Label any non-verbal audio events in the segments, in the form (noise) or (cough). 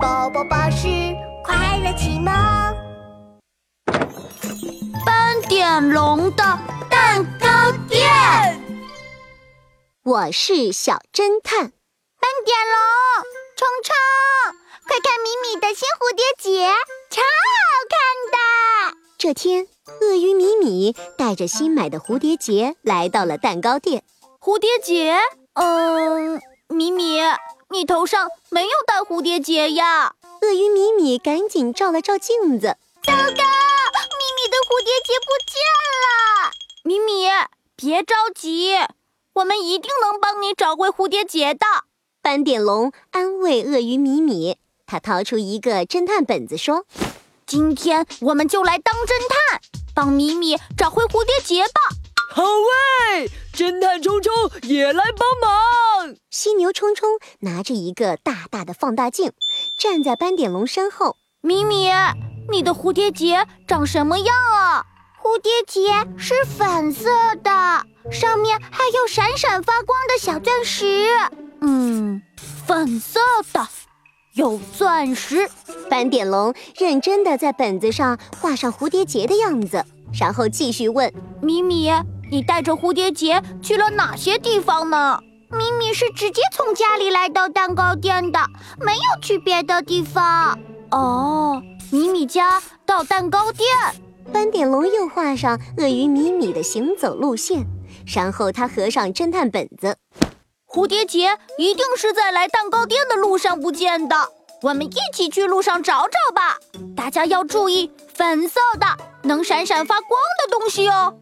宝宝巴士快乐启蒙。斑点龙的蛋糕店，我是小侦探，斑点龙，冲冲，快看米米的新蝴蝶结，超好看的！这天，鳄鱼米米带着新买的蝴蝶结来到了蛋糕店。蝴蝶结？呃嗯，米米，你头上没有戴蝴蝶结呀？鳄鱼米米赶紧照了照镜子，糟糕，米米的蝴蝶结不见了。米米，别着急，我们一定能帮你找回蝴蝶结的。斑点龙安慰鳄鱼米米，他掏出一个侦探本子说今天我们就来当侦探，帮米米找回蝴蝶结吧。好喂，侦探冲冲也来帮忙。：“犀牛冲冲拿着一个大大的放大镜，站在斑点龙身后。米米，你的蝴蝶结长什么样啊？蝴蝶结是粉色的，上面还有闪闪发光的小钻石。嗯，粉色的，有钻石。”斑点龙认真的在本子上画上蝴蝶结的样子，然后继续问米米，你带着蝴蝶结去了哪些地方呢？米米是直接从家里来到蛋糕店的，没有去别的地方。哦，米米家到蛋糕店。斑点龙又画上鳄鱼米米的行走路线，然后他合上侦探本子。蝴蝶结一定是在来蛋糕店的路上不见的，我们一起去路上找找吧。大家要注意粉色的能闪闪发光的东西哦。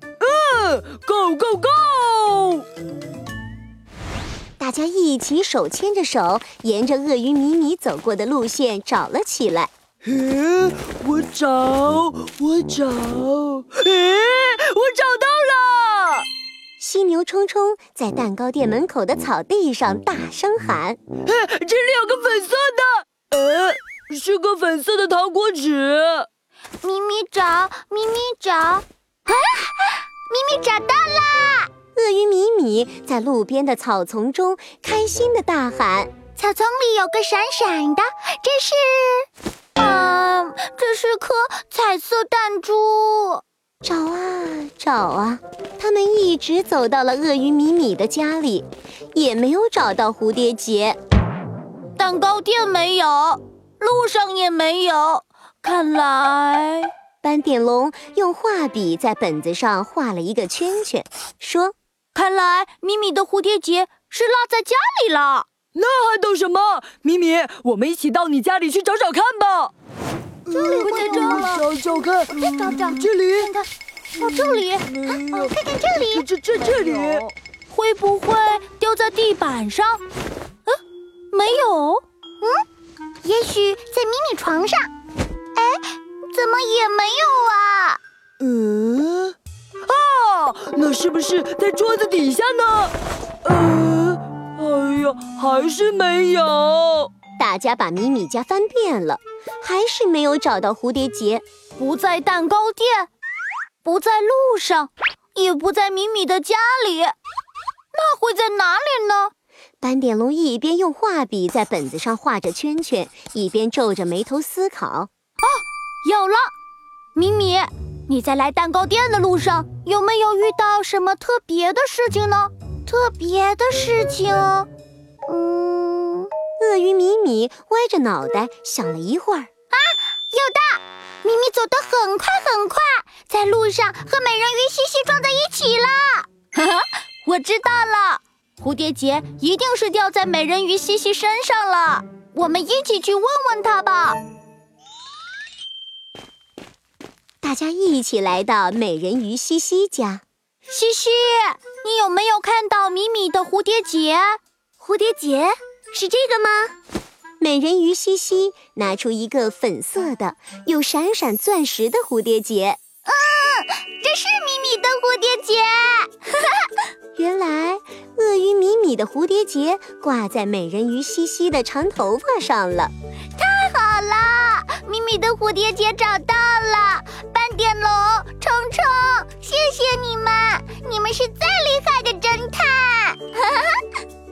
嗯，Go Go Go！大家一起手牵着手，沿着鳄鱼米米走过的路线找了起来。诶，我找，我找，诶，我找到了！犀牛冲冲在蛋糕店门口的草地上大声喊诶，这里有个粉色的，诶，是个粉色的糖果纸。咪咪找，咪咪找，啊！咪咪找到啦！：“鳄鱼米米！”在路边的草丛中开心的大喊。草丛里有个闪闪的，这是……嗯，这是颗彩色弹珠。找啊找啊，他们一直走到了鳄鱼米米的家里，也没有找到蝴蝶结。蛋糕店没有，路上也没有，看来……斑点龙用画笔在本子上画了一个圈圈，说看来米米的蝴蝶结是落在家里了。那还等什么？米米，我们一起到你家里去找找看吧。这里不在这了，找找看，再找找，这里看看，哦，这里，没哦，有，看看这里，这这这里，嗯会不会掉在地板上？嗯、没有。嗯也许在咪咪床上。哎，怎么也没有啊？嗯，啊，那是不是在桌子底下呢？呃，哎呀，还是没有。：“大家把米米家翻遍了，还是没有找到蝴蝶结。不在蛋糕店，不在路上，也不在米米的家里，那会在哪里呢？”斑点龙一边用画笔在本子上画着圈圈，一边皱着眉头思考。有了，米米，你在来蛋糕店的路上有没有遇到什么特别的事情呢？特别的事情，嗯，鳄鱼米米歪着脑袋想了一会儿，有的。咪咪走得很快很快，在路上和美人鱼西西撞在一起了。 (laughs) 我知道了，蝴蝶结一定是掉在美人鱼西西身上了。我们一起去问问她吧。大家一起来到美人鱼西西家。西西，你有没有看到米米的蝴蝶结？蝴蝶结是这个吗？美人鱼西西拿出一个粉色的、有闪闪钻石的蝴蝶结。这是咪咪的蝴蝶 (laughs) 结，原来，鳄鱼米米的蝴蝶结挂在美人鱼西西的长头发上了。好啦，咪咪的蝴蝶结找到了。斑点龙、虫虫， (laughs) 谢谢你们，你们是最厉害的侦探。